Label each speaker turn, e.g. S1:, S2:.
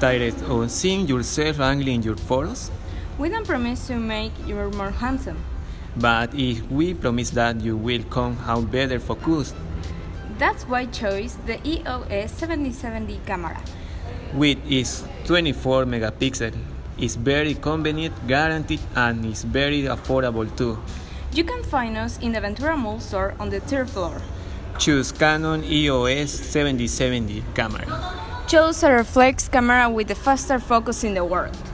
S1: tired of seeing yourself angling your photos?
S2: We don't promise to make you more handsome.
S1: But if we promise that you will come out better focused
S2: That's why choose the E EOS 7070 camera.
S1: with its 24 megapixel, it's very convenient, guaranteed, and it's very affordable too.
S2: You can find us in the Ventura Mall store on the third floor.
S1: Choose Canon E EOS 7070 camera.
S2: Choose a reflex camera with the fastest focus in the world.